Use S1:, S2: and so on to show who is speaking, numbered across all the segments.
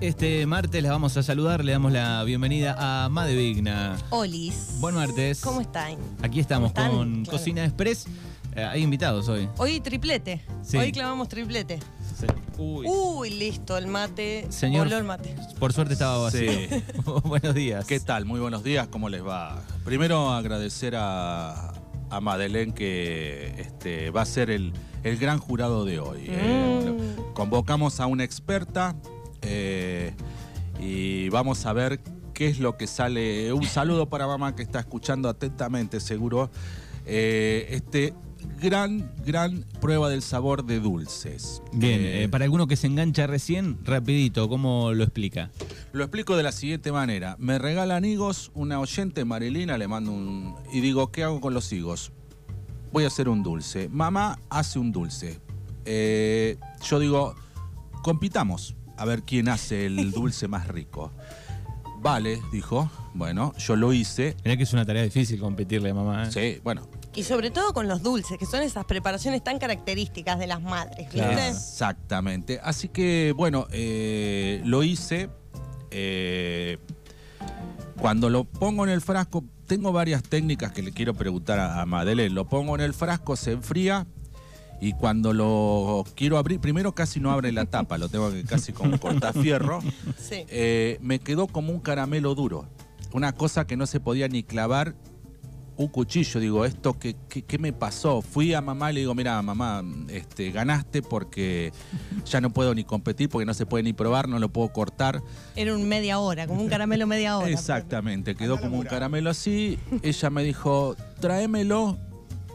S1: Este martes la vamos a saludar, le damos la bienvenida a Made Vigna.
S2: Olis.
S1: Buen martes.
S2: ¿Cómo están?
S1: Aquí estamos
S2: ¿Cómo están?
S1: con
S2: Claro.
S1: Cocina Express. Eh, hay invitados hoy.
S2: Hoy triplete.
S1: Sí.
S2: Hoy clamamos triplete.
S3: Uy.
S2: Uy, listo, el mate.
S1: Señor-
S2: Voló el mate.
S1: Por suerte estaba vacío.
S3: Sí.
S1: Buenos días.
S3: ¿Qué tal? Muy buenos días, ¿cómo les va? Primero agradecer a, a Madeleine que este, va a ser el, el gran jurado de hoy.
S1: Mm.
S3: eh. Convocamos a una experta eh, y vamos a ver qué es lo que sale. Un saludo para mamá que está escuchando atentamente, seguro, eh, este gran, gran prueba del sabor de dulces.
S1: Bien,
S3: Eh,
S1: eh, para alguno que se engancha recién, rapidito, ¿cómo lo explica?
S3: Lo explico de la siguiente manera. Me regalan higos, una oyente, Marilina, le mando un... Y digo, ¿qué hago con los higos? Voy a hacer un dulce. Mamá hace un dulce. Eh, yo digo, compitamos a ver quién hace el dulce más rico. Vale, dijo. Bueno, yo lo hice.
S1: Mirá que es una tarea difícil competirle, mamá. ¿eh?
S3: Sí, bueno,
S2: Y sobre todo con los dulces, que son esas preparaciones tan características de las madres, ¿viste?
S1: Claro.
S3: Exactamente. Así que, bueno, eh, lo hice. eh, cuando lo pongo en el frasco, tengo varias técnicas que le quiero preguntar a, a Madeleine. Lo pongo en el frasco, se enfría. Y cuando lo quiero abrir, primero casi no abre la tapa, lo tengo que casi como cortafierro.
S2: Sí.
S3: Eh, me quedó como un caramelo duro. Una cosa que no se podía ni clavar un cuchillo. Digo, ¿esto qué, qué- qué me pasó? Fui a mamá y le digo, mira, mamá, este, ganaste porque ya no puedo ni competir, porque no se puede ni probar, no lo puedo cortar.
S2: Era un media hora, como un caramelo media hora.
S3: Exactamente, quedó como un caramelo así. Ella me dijo, tráemelo,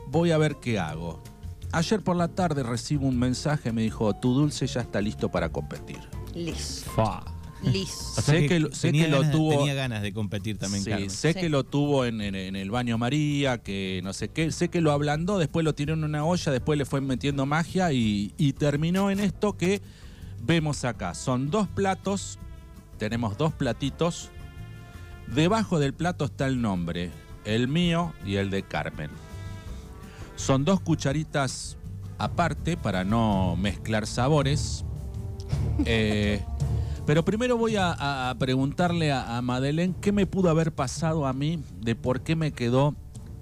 S3: voy a ver qué hago. Ayer por la tarde recibo un mensaje, me dijo, tu dulce ya está listo para competir.
S2: Liso,
S1: Fa.
S2: liso.
S1: O sea
S3: Sé que lo- sé
S1: tenía
S3: que lo
S1: ganas-
S3: tuvo-
S1: Tenía ganas de competir también,
S3: Sí,
S1: Carmen.
S3: sé
S2: Sí.
S3: que lo tuvo en, en- en el baño María, que no sé qué, sé que lo ablandó, después lo tiró en una olla, después le fue metiendo magia y, y terminó en esto que vemos acá. Son dos platos, tenemos dos platitos, debajo del plato está el nombre, el mío y el de Carmen. Son dos cucharitas aparte para no mezclar sabores. Eh, pero primero voy a, a- a preguntarle a, a Madeleine qué me pudo haber pasado a mí de por qué me quedó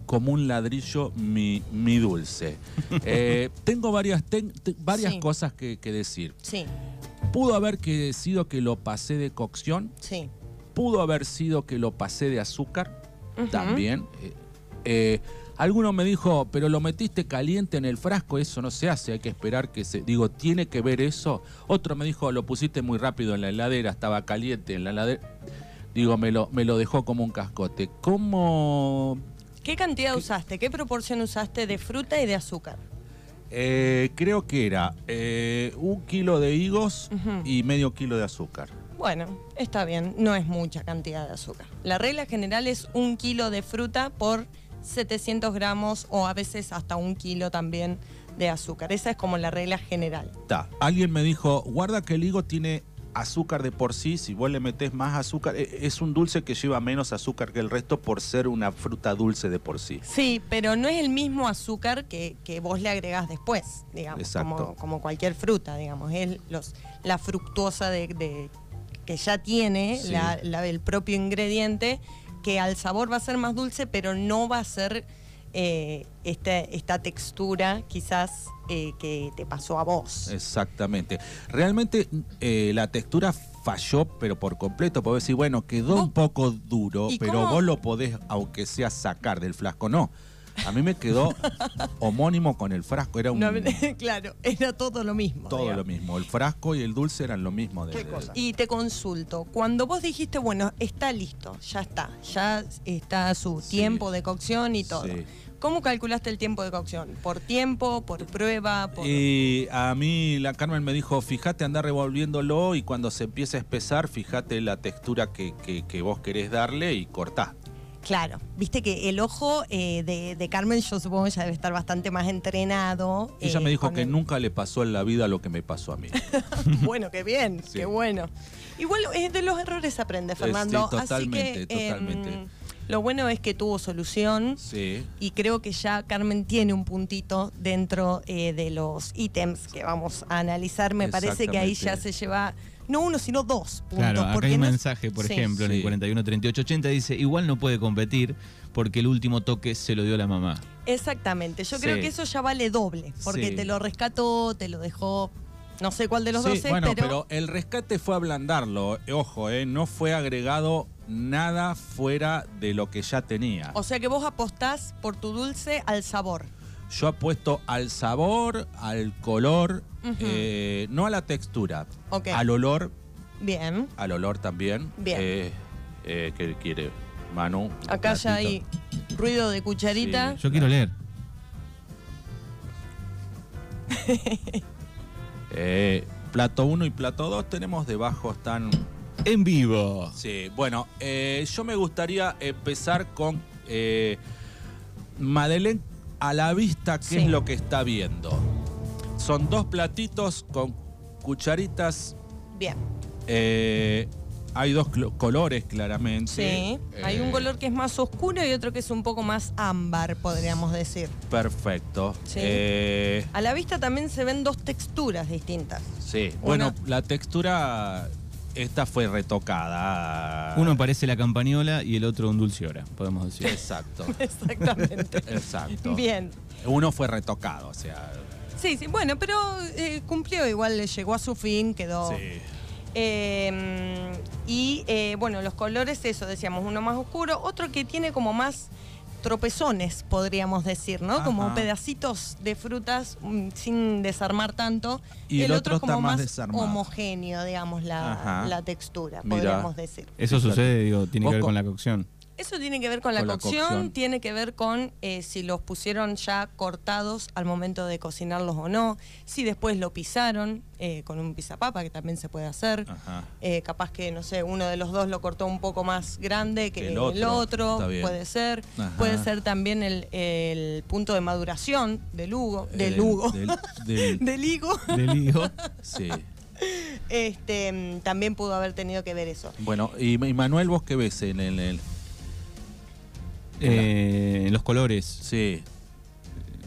S3: como un ladrillo mi, mi dulce. Eh, tengo varias, tec- te- varias
S2: Sí.
S3: cosas que, que decir.
S2: Sí,
S3: Pudo haber que sido que lo pasé de cocción,
S2: sí.
S3: pudo haber sido que lo pasé de azúcar también. Eh, eh, alguno me dijo, pero lo metiste caliente en el frasco, eso no se hace, hay que esperar que se... Digo, ¿tiene que ver eso? Otro me dijo, lo pusiste muy rápido en la heladera, estaba caliente en la heladera. Digo, me lo, me lo dejó como un cascote. ¿Cómo...?
S2: ¿Qué cantidad usaste? ¿Qué proporción usaste de fruta y de azúcar?
S3: Eh, creo que era eh, un kilo de higos y medio kilo de azúcar.
S2: Bueno, está bien, no es mucha cantidad de azúcar. La regla general es un kilo de fruta por 700 gramos o a veces hasta un kilo también de azúcar. Esa es como la regla general.
S3: Ta, Alguien me dijo, guarda que el higo tiene azúcar de por sí, si vos le metés más azúcar, e- es un dulce que lleva menos azúcar que el resto por ser una fruta dulce de por sí.
S2: Sí, pero no es el mismo azúcar que, que vos le agregás después, digamos,
S3: Exacto.
S2: Como, como cualquier fruta, digamos. Es los, la fructuosa de, de- que ya tiene
S3: Sí.
S2: la- la- el propio ingrediente, que al sabor va a ser más dulce, pero no va a ser eh, esta, esta textura quizás eh, que te pasó a vos.
S3: Exactamente. Realmente eh, la textura falló, pero por completo. Podés decir, bueno, quedó
S2: ¿Vos?
S3: un poco duro,
S2: ¿Y
S3: pero
S2: cómo?
S3: vos lo podés, aunque sea, sacar del frasco. No, a mí me quedó homónimo con el frasco. Era un,
S2: No, claro, era todo lo mismo.
S3: todo
S2: digamos.
S3: lo mismo. El frasco y el dulce eran lo mismo. De, de-
S2: Y te consulto, cuando vos dijiste, bueno, está listo, ya está, ya está su
S3: Sí.
S2: tiempo de cocción y todo.
S3: Sí.
S2: ¿Cómo calculaste el tiempo de cocción? ¿Por tiempo, por prueba, por
S3: Y a mí la Carmen me dijo, fíjate, andá revolviéndolo y cuando se empiece a espesar, fíjate la textura que, que- que vos querés darle y cortá.
S2: Claro, viste que el ojo eh, de, de Carmen, yo supongo, ya debe estar bastante más entrenado.
S3: Ella
S2: eh,
S3: me dijo
S2: con
S3: que
S2: el-
S3: nunca le pasó en la vida lo que me pasó a mí.
S2: Bueno, qué bien,
S3: Sí.
S2: qué bueno. Igual eh, de los errores se aprende, Fernando.
S3: sí, totalmente,
S2: Así que, eh,
S3: totalmente.
S2: lo bueno es que tuvo solución.
S3: Sí.
S2: Y creo que ya Carmen tiene un puntito dentro eh, de los ítems que vamos a analizar. Me parece que ahí ya se
S3: Exactamente.
S2: lleva no uno, sino dos puntos.
S1: Claro, acá
S2: porque
S1: hay un
S2: no es-
S1: mensaje, por
S2: Sí.
S1: ejemplo, en
S3: Sí.
S1: el 413880 dice, igual no puede competir porque el último toque se lo dio la mamá.
S2: Exactamente, yo creo
S3: Sí.
S2: que eso ya vale doble, porque
S3: Sí.
S2: te lo rescató, te lo dejó, no sé cuál de los
S3: Sí,
S2: dos es,
S3: bueno,
S2: pero...
S3: pero... el rescate fue ablandarlo, eh, ojo, eh, no fue agregado nada fuera de lo que ya tenía.
S2: O sea que vos apostás por tu dulce al sabor.
S3: Yo apuesto al sabor, al color,
S2: Ujú.
S3: eh, no a la textura,
S2: Ok.
S3: al olor,
S2: Bien.
S3: al olor también.
S2: Bien.
S3: Eh, eh, ¿Qué quiere Manu? Un
S2: Acá ya
S3: ratito.
S2: hay ruido de cucharita.
S3: Sí.
S1: Yo quiero leer.
S3: Eh, plato 1 y plato 2 tenemos debajo están...
S1: En vivo.
S3: Sí, bueno, eh, yo me gustaría empezar con eh, Madeleine a la vista, qué
S2: Sí.
S3: es lo que está viendo. Son dos platitos con cucharitas
S2: Bien.
S3: Eh, hay dos clo- colores, claramente.
S2: Sí. Hay un
S3: Eh,
S2: color que es más oscuro y otro que es un poco más ámbar, podríamos decir.
S3: Perfecto.
S2: Sí.
S3: Eh,
S2: A la vista también se ven dos texturas distintas.
S3: sí.
S2: Una-
S3: Bueno, la textura, esta fue retocada.
S1: Uno parece la campañola y el otro un dulceora, podemos decir.
S3: Exacto,
S2: Exactamente.
S3: exacto.
S2: Bien.
S3: Uno fue retocado, o sea.
S2: Sí, sí, bueno, pero eh, cumplió igual, le llegó a su fin, quedó.
S3: Sí.
S2: Eh, y eh, bueno, los colores, eso decíamos, uno más oscuro, otro que tiene como más tropezones, podríamos decir, ¿no? Como
S3: Ajá.
S2: pedacitos de frutas mm, sin desarmar tanto.
S3: Y el otro
S2: es como
S3: está más
S2: más,
S3: desarmado.
S2: homogéneo, digamos, la,
S3: Ajá.
S2: la textura,
S3: Mirá.
S2: podríamos decir.
S1: Eso
S3: Exacto.
S1: sucede, digo, tiene
S3: Vos
S1: que ver
S3: co-
S1: con la cocción.
S2: Eso tiene que ver con la,
S3: Con la
S2: cocción,
S3: cocción.
S2: tiene que ver con eh, si los pusieron ya cortados al momento de cocinarlos o no, si después lo pisaron eh, con un pisapapa, que también se puede hacer.
S3: Ajá.
S2: Eh, capaz que, no sé, uno de los dos lo cortó un poco más grande que
S3: Que el
S2: el otro,
S3: otro. Está bien.
S2: puede ser.
S3: Ajá.
S2: Puede ser también el, el punto de maduración del Hugo,
S3: Eh,
S2: del Hugo,
S3: del- del-
S2: del higo.
S1: Del higo.
S3: sí.
S2: Este, mm, también pudo haber tenido que ver eso.
S3: Bueno, y, y Manuel, ¿vos qué ves en el. el-
S1: Eh, los colores.
S3: Sí,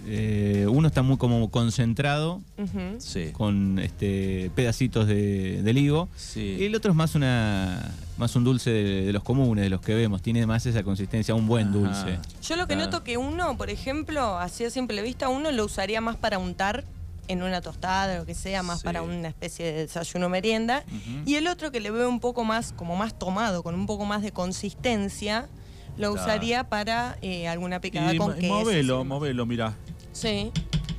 S1: Eh, uno está muy como concentrado
S2: Ujú.
S3: sí.
S1: con este, pedacitos de, del higo.
S3: Sí.
S1: Y el otro es más una más un dulce de, de los comunes, de los que vemos. Tiene más esa consistencia, un buen
S3: Ajá.
S1: dulce.
S2: Yo lo que
S3: Claro.
S2: noto que uno, por ejemplo, así a simple vista, uno lo usaría más para untar en una tostada o lo que sea, más
S3: Sí.
S2: para una especie de desayuno merienda.
S3: Ujú.
S2: Y el otro que le veo un poco más, como más tomado, con un poco más de consistencia, lo
S3: Claro.
S2: usaría para eh, alguna picada
S3: Y
S2: con
S3: mo-
S2: queso.
S3: movelo,
S2: sí.
S3: movelo, mirá.
S2: Sí.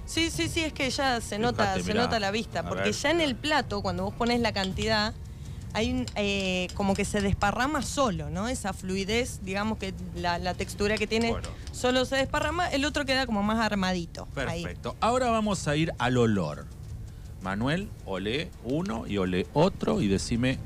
S2: Sí, sí, sí, es que ya se nota,
S3: Fíjate,
S2: se
S3: mirá.
S2: nota la vista,
S3: A
S2: porque
S3: ver.
S2: ya en el plato, cuando vos pones la cantidad, hay un, eh, como que se desparrama solo, ¿no? Esa fluidez, digamos que la, la textura que tiene
S3: Bueno.
S2: solo se desparrama, el otro queda como más armadito. ahí.
S3: Perfecto. Ahora vamos a ir al olor. Manuel, olé uno y olé otro y decime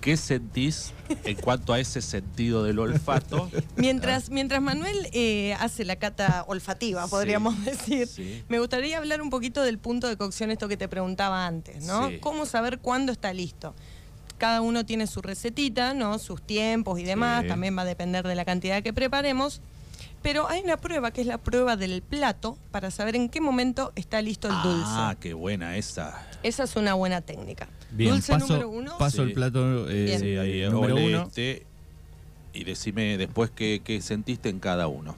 S3: qué sentís en cuanto a ese sentido del olfato.
S2: Mientras, mientras Manuel eh, hace la cata olfativa,
S3: Sí,
S2: podríamos decir,
S3: sí.
S2: me gustaría hablar un poquito del punto de cocción, esto que te preguntaba antes, ¿no?
S3: Sí.
S2: ¿Cómo saber cuándo está listo? Cada uno tiene su recetita, ¿no? Sus tiempos y demás,
S3: Sí.
S2: también va a depender de la cantidad que preparemos. Pero hay una prueba que es la prueba del plato para saber en qué momento está listo el dulce.
S3: Ah, qué buena esa.
S2: Esa es una buena técnica.
S1: Bien,
S2: dulce
S1: paso,
S2: número uno.
S1: paso
S3: Sí.
S1: el plato eh,
S2: Bien. Sí,
S3: ahí,
S1: número
S3: olé
S1: uno.
S3: este y decime después qué, qué sentiste en cada uno.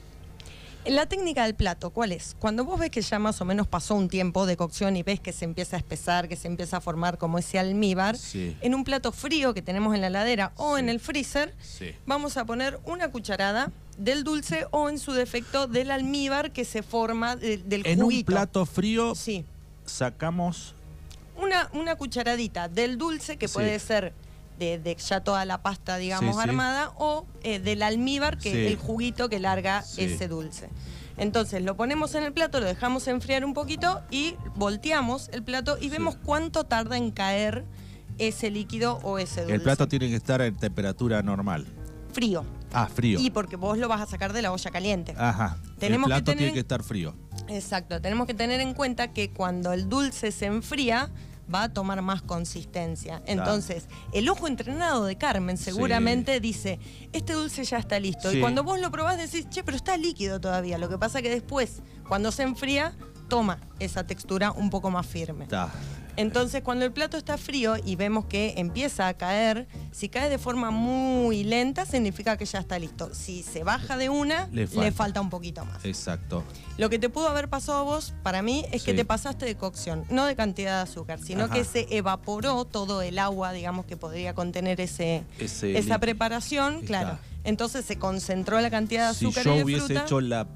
S2: La técnica del plato, ¿cuál es? Cuando vos ves que ya más o menos pasó un tiempo de cocción y ves que se empieza a espesar, que se empieza a formar como ese almíbar,
S3: Sí.
S2: en un plato frío que tenemos en la heladera o
S3: Sí.
S2: en el freezer,
S3: Sí.
S2: vamos a poner una cucharada del dulce o en su defecto del almíbar que se forma de- del
S3: En un
S2: juguito.
S3: plato frío
S2: Sí.
S3: sacamos
S2: Una, una cucharadita del dulce que
S3: Sí.
S2: puede ser de, de ya toda la pasta, digamos,
S3: Sí, sí.
S2: armada, o eh, del almíbar, que
S3: Sí.
S2: es el juguito que larga
S3: Sí.
S2: ese dulce. Entonces lo ponemos en el plato, lo dejamos enfriar un poquito y volteamos el plato y vemos cuánto tarda en caer ese líquido o ese dulce.
S3: el plato tiene que estar en temperatura normal.
S2: frío.
S3: Ah, frío. Ah.
S2: Y porque vos lo vas a sacar de la olla caliente.
S3: Ajá.
S2: Tenemos
S3: el
S2: que
S3: plato tiene
S2: tener-
S3: que estar frío.
S2: Exacto, tenemos que tener en cuenta que cuando el dulce se enfría va a tomar más consistencia. Entonces, el ojo entrenado de Carmen seguramente dice, este dulce ya está listo.
S3: Sí.
S2: Y cuando vos lo probás decís, che, pero está líquido todavía. Lo que pasa que después, cuando se enfría, toma esa textura un poco más firme.
S3: Está.
S2: Entonces, cuando el plato está frío y vemos que empieza a caer, si cae de forma muy lenta, significa que ya está listo. Si se baja de una,
S3: Le
S2: le
S3: falta.
S2: falta, un poquito más.
S3: Exacto.
S2: Lo que te pudo haber pasado a vos, para mí, es que
S3: Sí.
S2: te pasaste de cocción, no de cantidad de azúcar, sino
S3: Ajá.
S2: que se evaporó todo el agua, digamos, que podría contener ese,
S3: Ese
S2: esa
S3: li-
S2: preparación,
S3: Está.
S2: claro. Entonces se concentró la cantidad de
S3: si
S2: azúcar
S3: yo
S2: y de
S3: hubiese
S2: fruta.
S3: hecho la,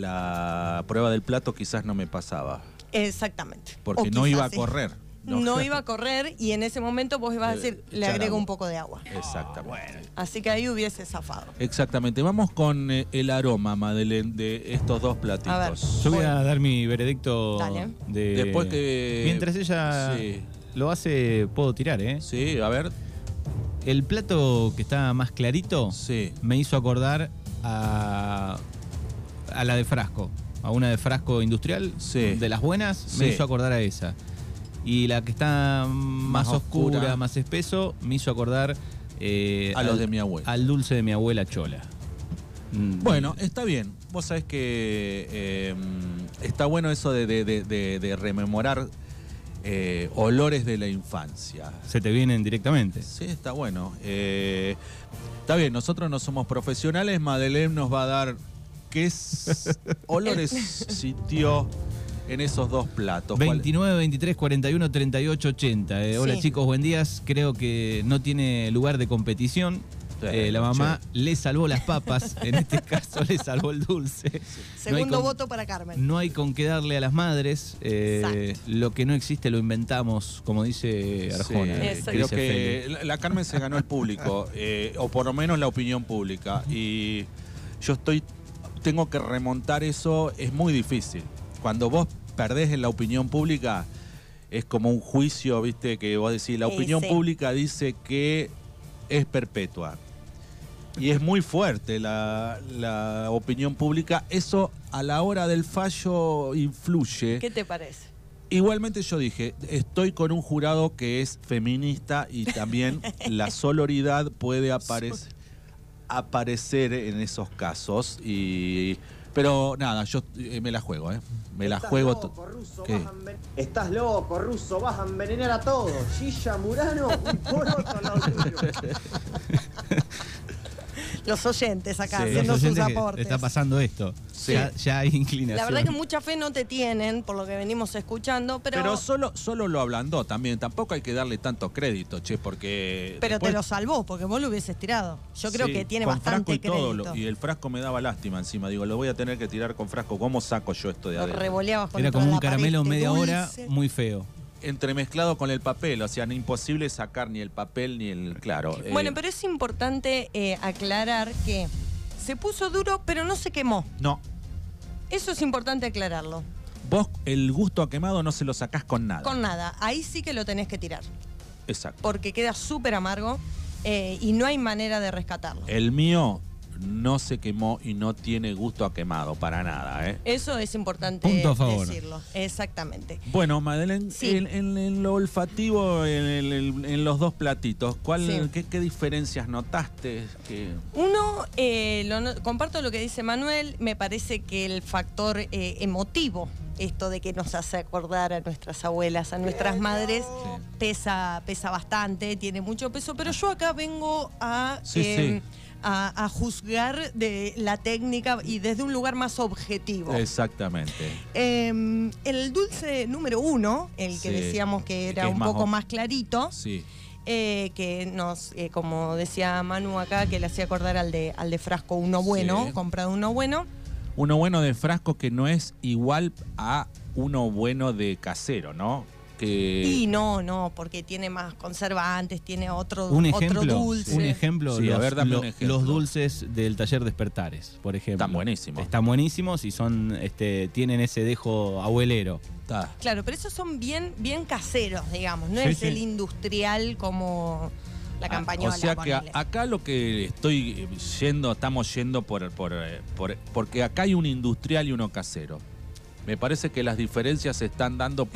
S3: la prueba del plato, quizás no me pasaba.
S2: Exactamente.
S3: Porque
S2: O
S3: no
S2: quizás
S3: iba a
S2: sí.
S3: correr.
S2: No. iba a correr y en ese momento vos ibas a
S3: Eh,
S2: decir, le
S3: echar
S2: agrego
S3: agua.
S2: un poco de agua.
S3: Exactamente.
S2: Así que ahí hubiese zafado.
S3: Exactamente. Vamos con eh, el aroma, Madeleine, de estos dos platitos.
S2: A ver.
S1: Yo voy a dar mi veredicto
S2: Dale.
S1: de.
S3: Después que-
S1: Mientras ella
S3: Eh, Sí.
S1: lo hace, puedo tirar, ¿eh?
S3: Sí, a ver.
S1: El plato que está más clarito
S3: Sí.
S1: me hizo acordar a, a la de frasco, a una de frasco industrial,
S3: Sí.
S1: de las buenas, me
S3: Sí.
S1: hizo acordar a esa. Y la que está más,
S3: Más oscura.
S1: oscura, más espeso, me hizo acordar eh,
S3: A los de mi abuela.
S1: al dulce de mi abuela Chola. Mm,
S3: Bueno, está bien. Vos sabés que eh, está bueno eso de, de- de- de- de rememorar eh, olores de la infancia.
S1: Se te vienen directamente.
S3: Sí, está bueno. Eh, está bien, nosotros no somos profesionales. Madeleine nos va a dar qué s- olores sintió en esos dos platos. ¿Cuál-
S1: 29, 23, 41, 38, 80. Eh, hola
S2: Sí.
S1: chicos, buen días. Creo que no tiene lugar de competición.
S3: Sí,
S1: Eh, la mamá le salvó las papas, en este caso le salvó el dulce. No hay
S2: Segundo
S1: con-
S2: voto para Carmen.
S1: No hay con qué darle a las madres. eh, lo que no existe lo inventamos, como dice Arjona.
S3: Sí,
S1: eh,
S2: Exacto.
S1: dice
S3: creo que la- la Carmen se ganó el público, eh, o por lo menos la opinión pública. Y yo estoy, tengo que remontar eso, es muy difícil. Cuando vos perdés en la opinión pública, es como un juicio, viste, que vos decís, la
S2: Sí,
S3: opinión
S2: sí.
S3: pública dice que es perpetua. Y es muy fuerte la, la opinión pública. Eso a la hora del fallo
S1: eh.
S3: influye.
S2: ¿Qué te parece?
S3: Igualmente yo dije, estoy con un jurado que es feminista y también la soloridad puede aparecer aparecer en esos casos y pero nada, yo eh, me la juego, eh. Me la juego. to-
S4: Loco, ruso,
S3: ¿Qué?
S4: vas a enven- Estás loco, ruso, vas a envenenar a todos. Gilla Murano, un poroto al lado tuyo.
S2: Los oyentes acá
S3: Sí.
S1: Fede.
S2: haciendo
S1: Los
S2: sus
S1: oyentes que
S2: aportes.
S1: está pasando esto.
S3: Sí.
S1: Ya, ya hay inclinación.
S2: La verdad que mucha fe no te tienen por lo que venimos escuchando, pero,
S3: Pero, solo solo lo ablandó también, tampoco hay que darle tanto crédito, che, porque
S2: pero
S3: después-
S2: te lo salvó porque vos lo hubieses tirado. Yo creo
S3: Sí,
S2: que tiene
S3: con
S2: bastante
S3: frasco y todo, lo-
S2: crédito.
S3: y el frasco me daba lástima encima, digo, lo voy a tener que tirar con frasco, ¿cómo saco yo esto de
S2: Lo
S3: adentro?
S2: revoleabas
S1: Era
S2: contra
S1: como un
S2: la pared,
S1: caramelo
S2: este
S1: media hora
S2: dulce.
S1: muy feo.
S3: entremezclado con el papel, o sea, no imposible sacar ni el papel ni el claro. eh,
S2: Bueno, pero es importante eh, aclarar que se puso duro, pero no se quemó.
S3: no,
S2: Eso es importante aclararlo.
S3: vos el gusto a quemado no se lo sacás con nada.
S2: Con nada, ahí sí que lo tenés que tirar,
S3: Exacto.
S2: porque queda súper amargo eh, y no hay manera de rescatarlo.
S1: Eh.
S3: El mío no se quemó y no tiene gusto a quemado para nada, ¿eh?
S2: Eso es importante
S1: Punto a favor.
S2: decirlo. Exactamente.
S3: Bueno, Madeleine,
S2: Sí.
S3: en, en- en lo olfativo, en, en- en los dos platitos, ¿cuál,
S2: Sí.
S3: qué, qué diferencias notaste? Que-
S2: Uno, eh, lo no- comparto lo que dice Manuel, me parece que el factor eh, emotivo, esto de que nos hace acordar a nuestras abuelas, a nuestras madres, pesa, pesa bastante, tiene mucho peso, pero yo acá vengo a,
S3: Sí,
S2: eh, a- a juzgar de la técnica y desde un lugar más objetivo.
S3: Exactamente.
S2: Eh, el dulce número uno, el que
S3: Sí,
S2: decíamos que
S3: el
S2: era
S3: que es
S2: un
S3: más o-
S2: poco más clarito,
S3: Sí.
S2: eh, que nos, eh, como decía Manu acá, que le hacía acordar al de, al de frasco uno bueno,
S3: Sí.
S2: comprado uno bueno.
S3: Uno bueno de frasco que no es igual a uno bueno de casero, ¿no? Que...
S2: Y no, no, porque tiene más conservantes, tiene otro,
S1: Un
S2: otro
S1: ejemplo,
S2: dulce.
S1: un ejemplo,
S3: Sí, a
S1: los,
S3: ver, dame un
S1: lo-
S3: ejemplo.
S1: los dulces del taller Despertares, por ejemplo.
S3: Están buenísimos.
S1: Están buenísimos y son, este, tienen ese dejo abuelero.
S3: Está.
S2: Claro, pero esos son bien, bien caseros, digamos, no
S1: Sí,
S2: es
S1: sí.
S2: el industrial como la
S3: Ah,
S2: campañola.
S3: O sea que
S2: ponele.
S3: acá lo que estoy yendo, estamos yendo por, por, eh, por- porque acá hay un industrial y uno casero. Me parece que las diferencias se están dando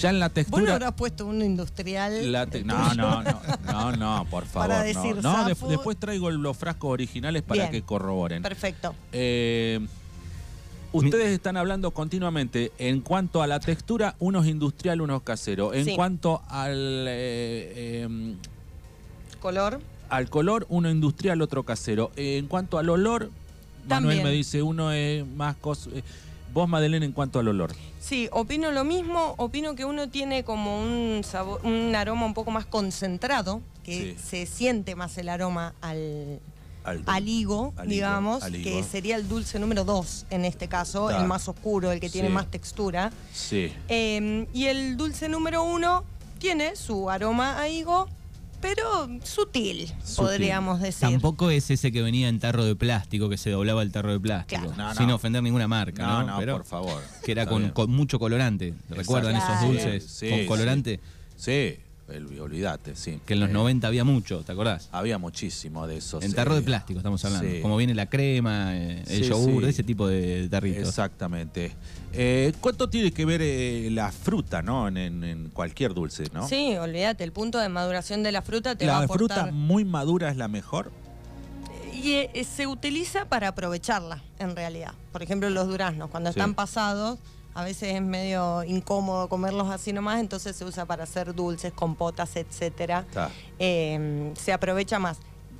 S3: ya en la
S2: Vos no
S3: textura.
S2: habrás puesto un industrial.
S3: la te- no, no, no, no, no, por favor.
S2: Para
S3: no.
S2: decir
S3: no, de-
S2: sapo.
S3: después traigo los frascos originales para
S2: Bien.
S3: que corroboren.
S2: Perfecto.
S3: Eh, Ustedes están hablando continuamente en cuanto a la textura, unos industrial, unos casero. En
S2: Sí.
S3: cuanto al, eh, eh,
S2: Color.
S3: al color, uno industrial, otro casero. Eh, en cuanto al olor, Manuel
S2: También.
S3: me dice, uno es más... cos- eh, vos, Madeleine, en cuanto al olor.
S2: Sí, opino lo mismo. Opino que uno tiene como un, sabor, un aroma un poco más concentrado, que
S3: Sí.
S2: se siente más el aroma al,
S3: Al,
S2: al higo,
S3: Al higo,
S2: digamos,
S3: al higo.
S2: que sería el dulce número 2 en este caso,
S3: Ta.
S2: el más oscuro, el que tiene
S3: Sí.
S2: más textura.
S3: Sí.
S2: Eh, y el dulce número 1 tiene su aroma a higo, pero sutil, podríamos decir.
S1: Tampoco es ese que venía en tarro de plástico, que se doblaba el tarro de plástico.
S2: Claro.
S3: No,
S1: Sin
S3: no.
S1: ofender ninguna marca, ¿no?
S3: No, no,
S1: Pero
S3: por favor.
S1: Que era
S3: Está
S1: con,
S3: bien.
S1: con mucho colorante. ¿Recuerdan
S2: Exacto.
S1: esos
S2: Claro.
S1: dulces
S3: Sí,
S1: con
S3: sí.
S1: colorante?
S3: Sí, el- olvídate, sí.
S1: Que en los
S3: Eh,
S1: 90 había mucho, ¿te acordás?
S3: Había muchísimo de esos.
S1: En tarro de
S3: eh,
S1: plástico estamos hablando.
S3: sí.
S1: Como viene la crema, eh, el
S3: Sí,
S1: yogur,
S3: sí.
S1: ese tipo de tarritos.
S3: Exactamente. Eh, ¿Cuánto tiene que ver eh, la fruta, no? En, en- en cualquier dulce, ¿no?
S2: Sí, olvídate, el punto de maduración de la fruta te va a
S3: ¿La
S2: aportar...
S3: fruta muy madura es la mejor?
S2: Y eh, se utiliza para aprovecharla, en realidad. Por ejemplo, los duraznos, cuando
S3: Sí.
S2: están pasados, a veces es medio incómodo comerlos así nomás, entonces se usa para hacer dulces, compotas, etcétera.
S3: Está.
S2: Eh, se aprovecha más.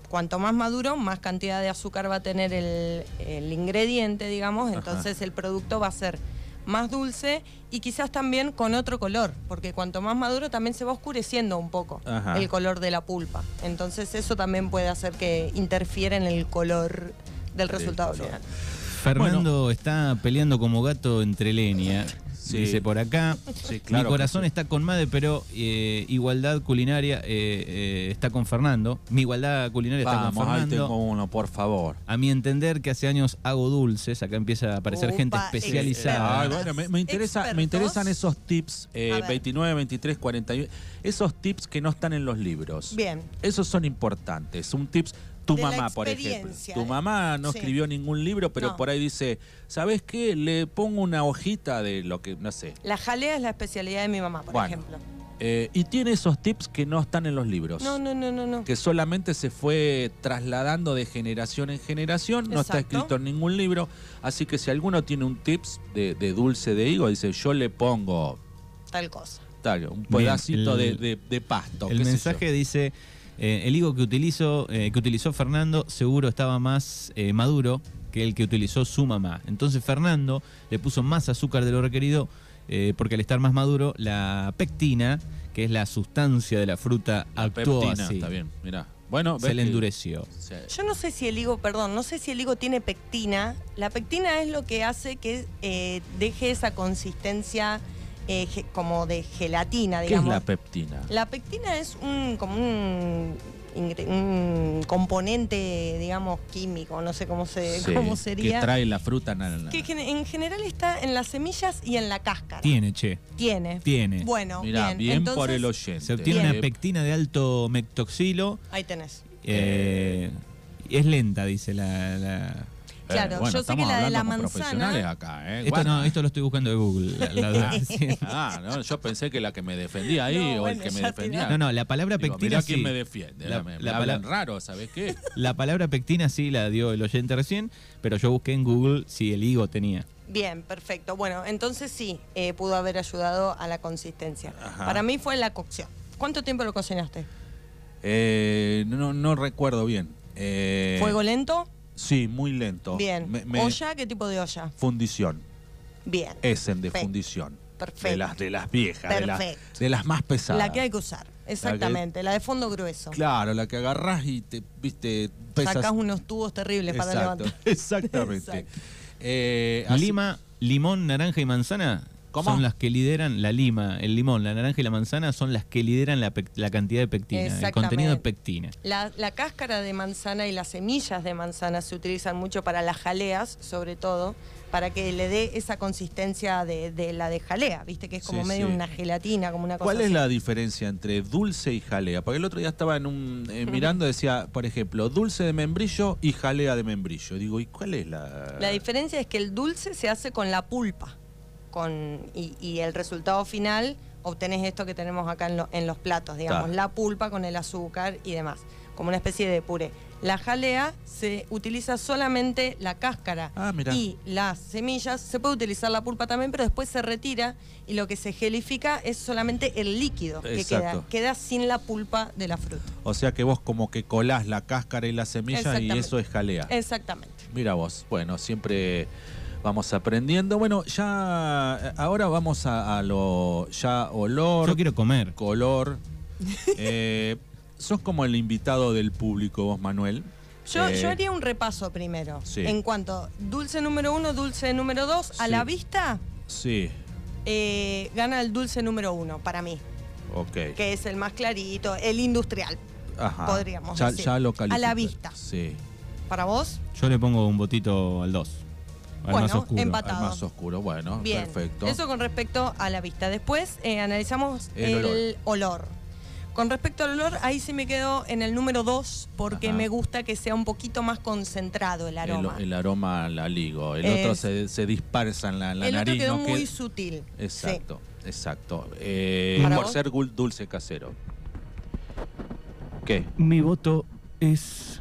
S2: Cuanto más maduro, más cantidad de azúcar va a tener el, el ingrediente, digamos,
S3: Ajá.
S2: entonces el producto va a ser más dulce y quizás también con otro color, porque cuanto más maduro también se va oscureciendo un poco
S3: Ajá.
S2: el color de la pulpa. Entonces eso también puede hacer que interfiera en el color del resultado
S3: color.
S2: final.
S1: Fernando está peleando como gato entre leña.
S3: Sí.
S1: Dice por acá.
S3: Sí,
S1: Mi
S3: claro que
S1: corazón
S3: sí.
S1: está con Made, pero eh, igualdad culinaria eh, eh, está con Fernando. Mi igualdad culinaria está con
S3: Vamos, ahí
S1: Fernando.
S3: tengo uno, por favor.
S1: A mi entender que hace años hago dulces, acá empieza a aparecer gente
S2: Upa,
S1: especializada.
S3: Ay,
S2: experto.
S3: bueno, me, me interesa, me
S2: Expertos.
S3: interesan esos tips eh,
S2: A ver.
S3: 29, 23, 41. Esos tips que no están en los libros.
S2: Bien.
S3: Esos son importantes. Un tips. Tu
S2: De la
S3: mamá, por ejemplo.
S2: experiencia,
S3: Tu
S2: eh.
S3: mamá no
S2: Sí.
S3: escribió ningún libro, pero
S2: No.
S3: por ahí dice, ¿sabes qué? Le pongo una hojita de lo que, no sé.
S2: La jalea es la especialidad de mi mamá, por
S3: Bueno.
S2: ejemplo.
S3: Eh, y tiene esos tips que no están en los libros.
S2: No, no, no, no, no.
S3: Que solamente se fue trasladando de generación en generación, no está
S2: Exacto.
S3: escrito en ningún libro. Así que si alguno tiene un tips de, de dulce de higo, dice, yo le pongo
S2: Tal cosa.
S3: tal, un pedacito
S1: el-
S3: de, de- de pasto.
S1: El
S3: qué sé
S1: mensaje dice, eh, el higo que, utilizo, eh, que utilizó Fernando seguro estaba más eh, maduro que el que utilizó su mamá. Entonces Fernando le puso más azúcar de lo requerido eh, porque al estar más maduro, la pectina, que es la sustancia de la fruta,
S3: yo. La
S1: actuó
S3: peptina,
S1: así.
S3: está bien, mirá. Bueno,
S1: Se
S3: ves
S1: le
S3: que-
S1: endureció.
S3: se-
S2: Yo no sé si el higo, perdón, no sé si el higo tiene pectina. La pectina es lo que hace que eh, deje esa consistencia eh, ge- como de gelatina,
S3: ¿Qué es
S2: digamos.
S3: la peptina?
S2: La pectina es un como un, ingre- un componente, digamos, químico, no sé cómo se
S3: Sí,
S2: cómo
S3: Que
S2: sería.
S3: trae la fruta na- na-
S2: Que gen- en general está en las semillas y en la cáscara.
S1: Tiene, che,
S2: Tiene.
S1: tiene.
S2: Bueno,
S3: Mirá, bien,
S2: bien.
S3: por
S2: Entonces,
S3: el oyente.
S1: Se obtiene
S2: Bien.
S1: una pectina de alto mectoxilo.
S2: Ahí tenés.
S1: eh, y es lenta, dice la- la,
S2: Claro,
S3: Eh, bueno,
S2: yo sé
S3: estamos
S2: que la de
S3: hablando
S2: la
S3: con
S2: manzana-
S3: profesionales acá, ¿eh?
S1: Esto
S3: Guarda.
S1: no, esto lo estoy buscando de Google. la- la
S3: Ah,
S1: verdad, sí.
S3: ah, no, yo pensé que la que me defendía ahí
S2: No,
S3: o el
S2: bueno,
S3: que me
S2: ya
S3: defendía.
S1: No, no, la palabra
S3: Digo,
S1: pectina
S3: mirá
S1: sí.
S3: quién me defiende.
S1: La-
S3: me, me
S1: la
S3: hablan
S1: pala-
S3: raro, ¿sabes qué?
S1: La palabra pectina sí la dio el oyente recién, pero yo busqué en Google si el higo tenía.
S2: Bien, perfecto. Bueno, entonces sí, eh, pudo haber ayudado a la consistencia.
S3: Ajá.
S2: Para mí fue la cocción. ¿Cuánto tiempo lo cocinaste?
S3: Eh, no, no recuerdo bien. Eh,
S2: ¿Fuego lento?
S3: Sí, muy lento.
S2: Bien.
S3: Me- me-
S2: ¿Olla? ¿Qué tipo de olla?
S3: Fundición.
S2: Bien.
S3: Essen de
S2: Perfecto.
S3: fundición. De
S2: Perfecto.
S3: las, de las viejas, de las,
S2: Perfecto.
S3: de las más pesadas.
S2: La que hay que usar, exactamente. La, de fondo grueso.
S3: Claro, la que agarrás y te, viste, pesas.
S2: Sacás unos tubos terribles para
S3: Exacto,
S2: levantar.
S3: Exactamente.
S2: Exacto.
S3: Eh, así-
S1: Lima, limón, naranja y manzana
S3: ¿Cómo?
S1: son las que lideran la lima, el limón, la naranja y la manzana son las que lideran la, pec- la cantidad de pectina, el
S2: Exactamente.
S1: contenido de pectina.
S2: La, la cáscara de manzana y las semillas de manzana se utilizan mucho para las jaleas, sobre todo, para que le dé esa consistencia de, de la de jalea, ¿viste? Que es como
S3: Sí,
S2: medio
S3: sí.
S2: una gelatina, como una cosa
S3: ¿Cuál es
S2: así.
S3: la diferencia entre dulce y jalea? Porque el otro día estaba en un eh, mirando decía, por ejemplo, dulce de membrillo y jalea de membrillo. Digo, ¿y cuál es la,
S2: La diferencia es que el dulce se hace con la pulpa con, y, y el resultado final obtenés esto que tenemos acá en, lo- en los platos, digamos,
S3: Claro.
S2: la pulpa con el azúcar y demás, como una especie de puré. La jalea se utiliza solamente la cáscara
S3: Ah, mirá.
S2: y las semillas. Se puede utilizar la pulpa también, pero después se retira y lo que se gelifica es solamente el líquido que
S3: Exacto.
S2: queda. Queda sin la pulpa de la fruta.
S3: O sea que vos como que colás la cáscara y la semilla y
S2: Exactamente. Eh.
S3: eso es jalea.
S2: Exactamente.
S3: Mira vos, bueno, siempre vamos aprendiendo. Bueno, ya eh, ahora vamos a, a lo ya olor,
S1: Yo quiero comer.
S3: color. Eh, sos como el invitado del público vos, Manuel.
S2: Yo,
S3: Eh,
S2: yo haría un repaso primero.
S3: Sí.
S2: En cuanto dulce número uno, dulce número dos, a
S3: Sí.
S2: la vista
S3: Sí,
S2: eh, gana el dulce número uno para mí,
S3: ok.
S2: que es el más clarito, el industrial.
S3: Ajá.
S2: podríamos
S3: ya,
S2: decir.
S3: ya lo
S2: A la
S3: califica.
S2: vista.
S3: Sí,
S2: ¿Para vos?
S1: Yo le pongo un botito al 2. Al
S2: Bueno,
S1: más oscuro.
S2: empate.
S3: al
S2: Atado.
S3: más oscuro, bueno,
S2: Bien.
S3: Ah, perfecto.
S2: Eso con respecto a la vista. Después eh, analizamos
S3: El
S2: el, olor. Con respecto al olor, ahí sí me quedo en el número dos porque
S3: Ajá.
S2: me gusta que sea un poquito más concentrado el
S3: El-
S2: aroma.
S3: El, aroma la ligo, el otro
S2: Es-
S3: se, se dispersa en la, en la
S2: El
S3: nariz.
S2: otro quedó
S3: no
S2: muy
S3: queda-
S2: sutil. sí.
S3: Exacto, exacto. Eh,
S2: ¿Para
S3: por
S2: vos?
S3: ser gul- dulce casero. ¿Qué?
S1: Mi voto es.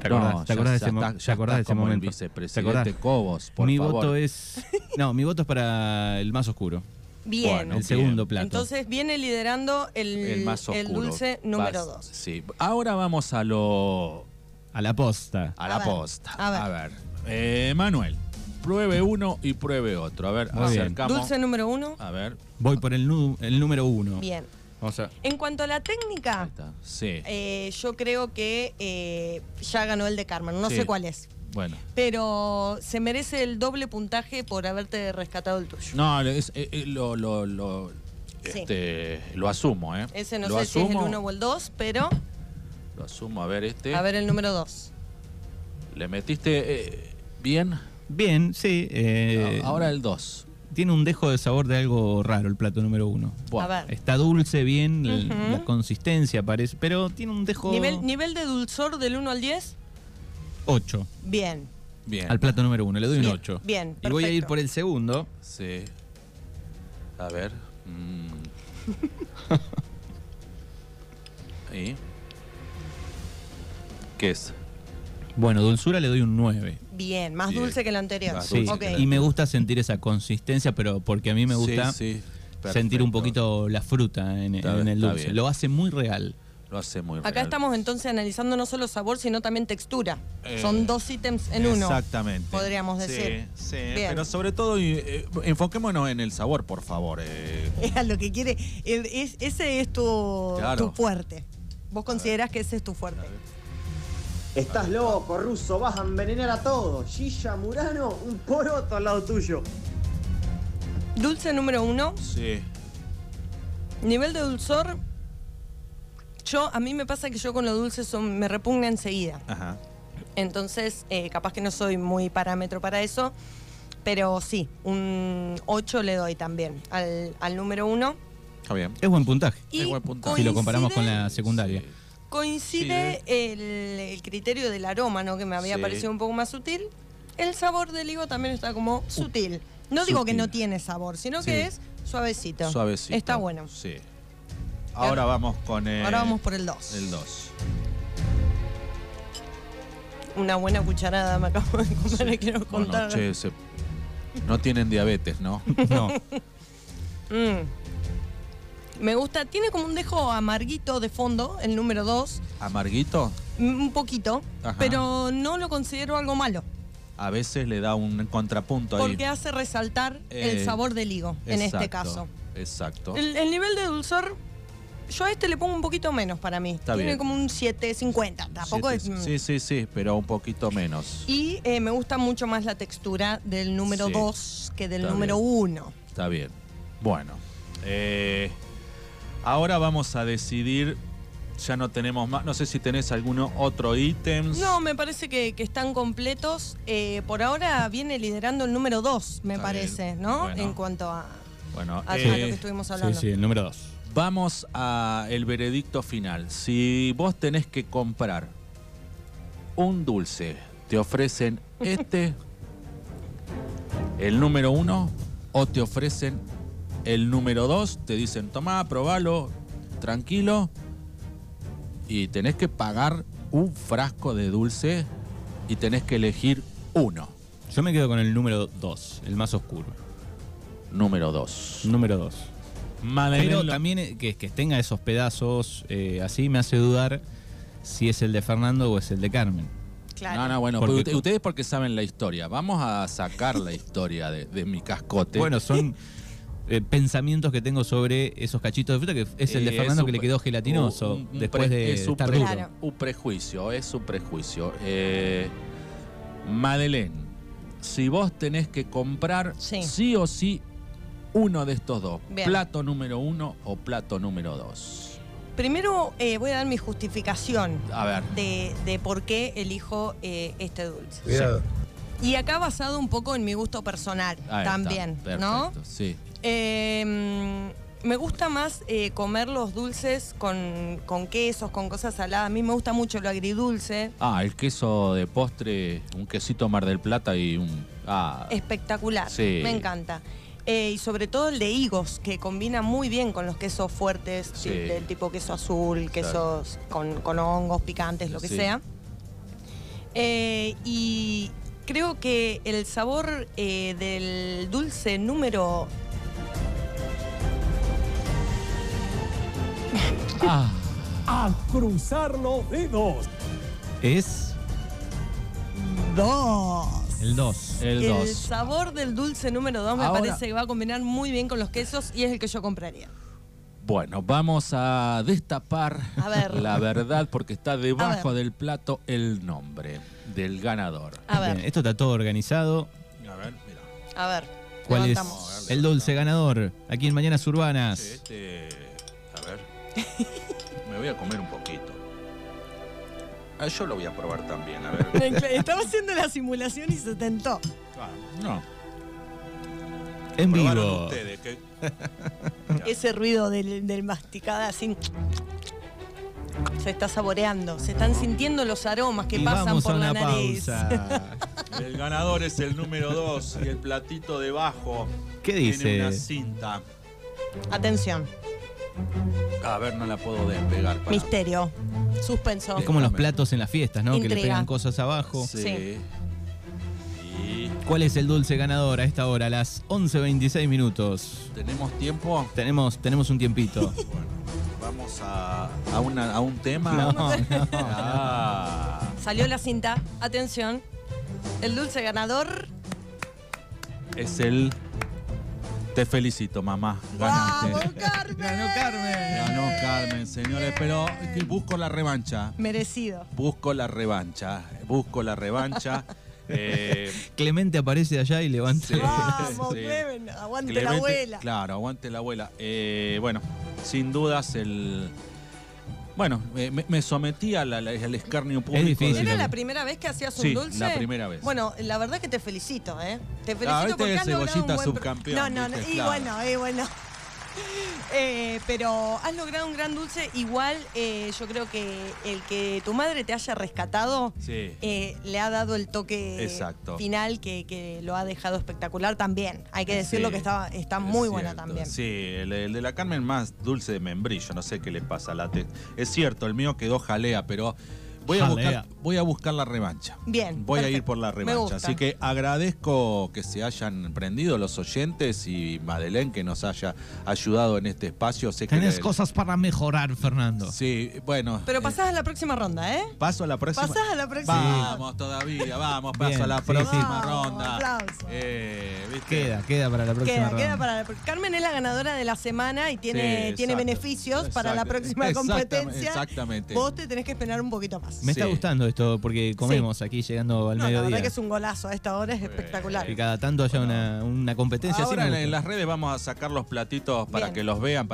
S1: ¿Te acordás,
S3: No,
S1: te
S3: ya-
S1: acordás de
S3: ya
S1: ese, mo-
S3: está-
S1: te
S3: ya
S1: acordás de
S3: estás
S1: ese
S3: como el
S1: momento?
S3: vicepresidente
S1: ¿Te acordás?
S3: Cobos, por
S1: mi
S3: favor.
S1: voto es. No, mi voto es para el más oscuro.
S2: Bien.
S3: Bueno,
S1: el
S3: bien.
S1: segundo plato.
S2: Entonces viene liderando el,
S3: el más oscuro.
S2: el dulce número
S3: Vas-
S2: 2.
S3: Sí. Ahora vamos a lo
S1: a la posta.
S3: a
S2: A
S3: la
S2: ver,
S3: posta.
S2: a ver.
S3: Eh, Manuel, pruebe uno y pruebe otro. A ver,
S1: Muy bien.
S3: acercamos.
S2: Dulce Ah. número 1.
S3: A ver,
S1: Voy por el, nu- el número uno.
S2: Bien.
S1: Vamos a.
S2: En cuanto a la
S3: ahí
S2: técnica,
S3: está. Sí.
S2: eh, yo creo que eh, ya ganó el de Carmen. No
S3: Sí.
S2: sé cuál es.
S3: Bueno.
S2: Pero se merece el doble puntaje por haberte rescatado el tuyo.
S3: No, es- eh, eh, lo, lo, lo,
S2: Sí.
S3: este, lo asumo, ¿eh?
S2: Ese no
S3: lo
S2: sé si es
S3: asumo.
S2: el 1 o el 2, pero
S3: Lo asumo, a ver este.
S2: a ver el número 2.
S3: Le metiste eh, bien.
S1: Bien, sí. eh,
S3: Ahora el 2.
S1: Tiene un dejo de sabor de algo raro el plato número uno.
S2: A ver.
S1: Está dulce, bien, la-
S2: Ujú.
S1: la consistencia parece, pero tiene un dejo
S2: Nivel, nivel de dulzor del 1 al 10,
S1: 8
S2: bien.
S3: Bien.
S1: al plato número uno. Le doy
S2: Bien,
S1: un 8.
S2: bien,
S1: Y voy a ir
S2: perfecto.
S1: por el segundo.
S3: Sí. A ver. mm. ¿Y? ¿Qué es?
S1: Bueno, dulzura le doy un 9.
S2: Bien, más
S3: Bien.
S2: dulce que el anterior.
S3: Más
S1: Sí,
S3: Ah, dulce
S2: Ok.
S3: que el
S1: y me gusta sentir esa consistencia, pero porque a mí me gusta
S3: Sí, sí,
S1: sentir un
S3: perfecto.
S1: poquito la fruta en,
S3: Está
S1: en
S3: bien,
S1: el
S3: está
S1: dulce.
S3: bien.
S1: Lo hace muy real.
S3: Lo hace muy
S2: Acá
S3: real.
S2: estamos entonces analizando no solo sabor, sino también textura.
S3: Eh,
S2: Son dos ítems en uno.
S3: Exactamente.
S2: podríamos decir.
S3: Sí, sí,
S2: Bien.
S3: Pero sobre todo, y, eh, enfoquémonos en el sabor, por favor. eh.
S2: Es a lo que quiere. el- es- ese es tu,
S3: Claro.
S2: tu fuerte. Vos considerás que ese es tu fuerte.
S4: Estás loco, ruso, vas a envenenar a todo. Gilla Murano, un poroto al lado tuyo.
S2: Dulce número uno.
S3: Sí.
S2: Nivel de dulzor. Yo, a mí me pasa que yo con lo dulce son, me repugna enseguida.
S3: Ajá.
S2: Entonces, eh, capaz que no soy muy parámetro para eso. Pero sí, un 8 le doy también al, al número uno.
S3: Está bien.
S1: Es buen puntaje.
S2: Y
S3: Es buen puntaje.
S1: Si lo comparamos con
S2: coincide-
S1: la secundaria.
S3: Sí.
S2: Coincide el, el criterio del aroma, ¿no? Que me había
S3: Sí.
S2: parecido un poco más sutil. El sabor del higo también está como sutil. No digo que
S3: Uh. sutil.
S2: no tiene sabor, sino
S3: Sí.
S2: que es suavecito.
S3: Suavecito.
S2: Está bueno.
S3: Sí. Ahora vamos con eh,
S2: Ahora vamos por el 2.
S3: el 2.
S2: Una buena cucharada me acabo de comer, le quiero
S3: Bueno,
S2: contar.
S3: che, se- no tienen diabetes, ¿no?
S1: No.
S2: Mm. Me gusta, tiene como un dejo amarguito de fondo, el número 2,
S3: Amarguito
S2: un poquito,
S3: Ajá.
S2: pero no lo considero algo malo,
S3: a veces le da un contrapunto ahí.
S2: porque hace resaltar
S3: Eh,
S2: el sabor del higo, en este
S3: Exacto,
S2: caso.
S3: Exacto.
S2: El, el nivel de dulzor, yo a este le pongo un poquito menos para mí.
S3: Está
S2: Tiene
S3: bien.
S2: como un 7,50. Tampoco
S3: Sí,
S2: es.
S3: sí,
S2: mm.
S3: Sí, sí, sí, pero un poquito menos.
S2: Y eh, me gusta mucho más la textura del número
S3: Sí.
S2: 2 que del
S3: Está
S2: número
S3: bien.
S2: 1.
S3: Está bien. Bueno. eh, ahora vamos a decidir. Ya no tenemos más. No sé si tenés alguno otro ítem.
S2: No, me parece que, que están completos. Eh, por ahora viene liderando el número 2, me
S3: Está
S2: parece,
S3: bien.
S2: ¿no?
S3: Bueno.
S2: En cuanto a,
S3: Bueno,
S2: a- a Ah, lo
S3: eh,
S2: que estuvimos
S1: Sí,
S2: hablando.
S1: sí, el número 2.
S3: Vamos a el veredicto final. Si vos tenés que comprar un dulce, te ofrecen este, el número uno, o te ofrecen El número dos te dicen, tomá, probalo, tranquilo. Y tenés que pagar un frasco de dulce y tenés que elegir uno.
S1: Yo me quedo con el número 2, el más oscuro.
S3: Número dos.
S1: Número 2. Pero
S5: Madeleine, lo-
S1: también eh, que, que tenga esos pedazos eh, así me hace dudar si es el de Fernando o es el de Carmen.
S2: Claro.
S1: Ah,
S3: No, no, bueno,
S1: Porque-
S3: pero ut- ustedes porque saben la historia. Vamos a sacar la historia de, de mi cascote.
S1: Bueno, son eh, pensamientos que tengo sobre esos cachitos de fruta, que es el de
S3: Eh,
S1: Fernando
S3: un
S1: que le
S3: pre-
S1: quedó gelatinoso
S3: un- un
S1: después
S3: pre-
S1: de
S3: es un,
S1: estar
S3: pre-
S1: duro.
S2: Claro.
S3: un prejuicio, es un prejuicio. Eh, Madeleine, si vos tenés que comprar sí,
S2: Sí.
S3: o sí uno de estos dos,
S2: Bien.
S3: plato número uno o plato número dos.
S2: Primero eh, voy a dar mi justificación
S3: A ver,
S2: de, de por qué elijo eh, este dulce. Y acá basado un poco en mi gusto personal
S3: ahí está,
S2: también, ¿no?
S3: perfecto, Sí.
S2: Eh, me gusta más eh, comer los dulces con, con quesos, con cosas saladas. A mí me gusta mucho lo agridulce.
S3: Ah, el queso de postre, un quesito Mar del Plata y un... Ah,
S2: Espectacular.
S3: Sí.
S2: Me encanta. Eh, y sobre todo el de higos, que combina muy bien con los quesos fuertes,
S3: Sí.
S2: ti- del tipo queso azul,
S3: Claro.
S2: quesos con, con hongos, picantes, lo que
S3: Sí.
S2: sea. Eh, y creo que el sabor eh, del dulce número.
S3: ah,
S5: a cruzar los dedos.
S1: Es
S2: Dos.
S1: el 2.
S3: el
S2: El
S3: dos.
S2: sabor del dulce número 2 me
S3: Ahora-
S2: parece que va a combinar muy bien con los quesos y es el que yo compraría.
S3: Bueno, vamos a destapar
S2: A ver.
S3: la verdad porque está
S2: A
S3: debajo del plato el nombre del ganador.
S2: A ver,
S1: Bien, esto está todo organizado.
S3: A ver, mira.
S2: a ver.
S1: ¿Cuál
S2: levantamos.
S1: es el dulce ganador? Aquí en Mañanas Urbanas.
S3: Este, a ver. Me voy a comer un poquito. Ah, yo lo voy a probar también, a ver.
S2: Estaba haciendo la simulación y se tentó.
S3: Ah, no.
S1: en
S3: probaron
S1: vivo.
S3: ustedes, que-
S2: Ese ruido del, del masticada así. Se está saboreando, se están sintiendo los aromas que
S1: y
S2: pasan
S1: vamos
S2: por
S1: a
S2: la
S1: una
S2: nariz.
S1: pausa.
S3: El ganador es el número 2 y el platito debajo
S1: ¿Qué
S3: tiene una
S1: dice?
S3: cinta.
S2: Atención,
S3: A ver, no la puedo despegar. para-
S2: misterio, suspenso.
S1: Es como los
S3: Déjame.
S1: platos en las fiestas, ¿no? Que le
S2: Intriga.
S1: pegan cosas abajo.
S3: Sí. Y
S1: ¿Cuál es el dulce ganador a esta hora? A las 11.26 minutos.
S3: tenemos tiempo.
S1: Tenemos, tenemos un tiempito.
S3: Vamos a, a, una- a un tema.
S1: No, no.
S3: Ah,
S2: Salió la cinta, atención. El dulce ganador.
S3: es el. Te felicito, mamá.
S2: ¡Vamos,
S3: Ganaste.
S2: Carmen!
S3: Ganó Carmen, señores, pero que busco la revancha.
S2: Merecido.
S3: Busco la revancha. Busco la revancha. Eh,
S1: Clemente aparece allá y levanta.
S3: Sí.
S2: ¡Vamos,
S3: Sí.
S2: Clemen! ¡Aguante la
S3: Clemente-
S2: abuela!
S3: Claro, aguante la abuela. Eh, bueno, sin dudas el. Bueno, eh, me, me sometí a la- la- al escarnio público.
S1: difícil.
S3: del-
S2: ¿Era la primera vez que hacías un
S3: Sí,
S2: dulce?
S3: la primera vez.
S2: Bueno, la verdad que te felicito, ¿eh? Te felicito
S3: Ah, viste,
S2: porque has logrado un
S3: cebollita
S2: buen... pro-
S3: subcampeón,
S2: No, no,
S3: viste,
S2: y
S3: claro.
S2: bueno, y bueno. Eh, pero has logrado un gran dulce. Igual eh, yo creo que el que tu madre te haya rescatado
S3: Sí.
S2: eh, le ha dado el toque
S3: Exacto.
S2: final que, que lo ha dejado espectacular también. Hay que decirlo
S3: Sí,
S2: que está, está
S3: Es
S2: muy buena
S3: cierto.
S2: también.
S3: Sí, el, el de la Carmen más dulce de membrillo, no sé qué le pasa a la te- Es cierto, el mío quedó jalea, pero voy a,
S1: Jalea.
S3: buscar, voy a buscar la revancha.
S2: Bien,
S3: Voy a ir
S2: perfecto.
S3: por la
S2: Me
S3: revancha.
S2: gusta.
S3: Así que agradezco que se hayan prendido los oyentes y Madeleine que nos haya ayudado en este espacio. Sé que
S1: Tenés
S3: le-
S1: cosas para mejorar, Fernando.
S3: Sí, bueno.
S2: Pero
S3: eh,
S2: pasás a la próxima ronda, ¿eh?
S3: Paso a la próxima.
S2: Pasás a la próxima.
S3: Vamos todavía, vamos, paso
S1: Bien,
S3: a la
S1: sí,
S3: próxima
S2: sí.
S3: ronda.
S2: Aplauso.
S3: Eh, ¿viste?
S1: Queda, queda para la próxima
S2: Queda,
S1: ronda.
S2: queda para la pro- Carmen es la ganadora de la semana y tiene,
S3: Sí,
S2: tiene
S3: exacto,
S2: beneficios para la
S3: exacto,
S2: próxima
S3: exactamente,
S2: competencia.
S3: exactamente.
S2: Vos te tenés que esperar un poquito más.
S1: Me está
S3: Sí.
S1: gustando esto porque comemos aquí llegando al
S2: No, la
S1: mediodía.
S2: verdad que es un golazo a esta hora, es espectacular.
S1: Y cada tanto haya una, una competencia así
S3: Ahora
S1: me
S3: en,
S1: gusta.
S3: en las redes vamos a sacar los platitos para
S2: Bien.
S3: que los vean.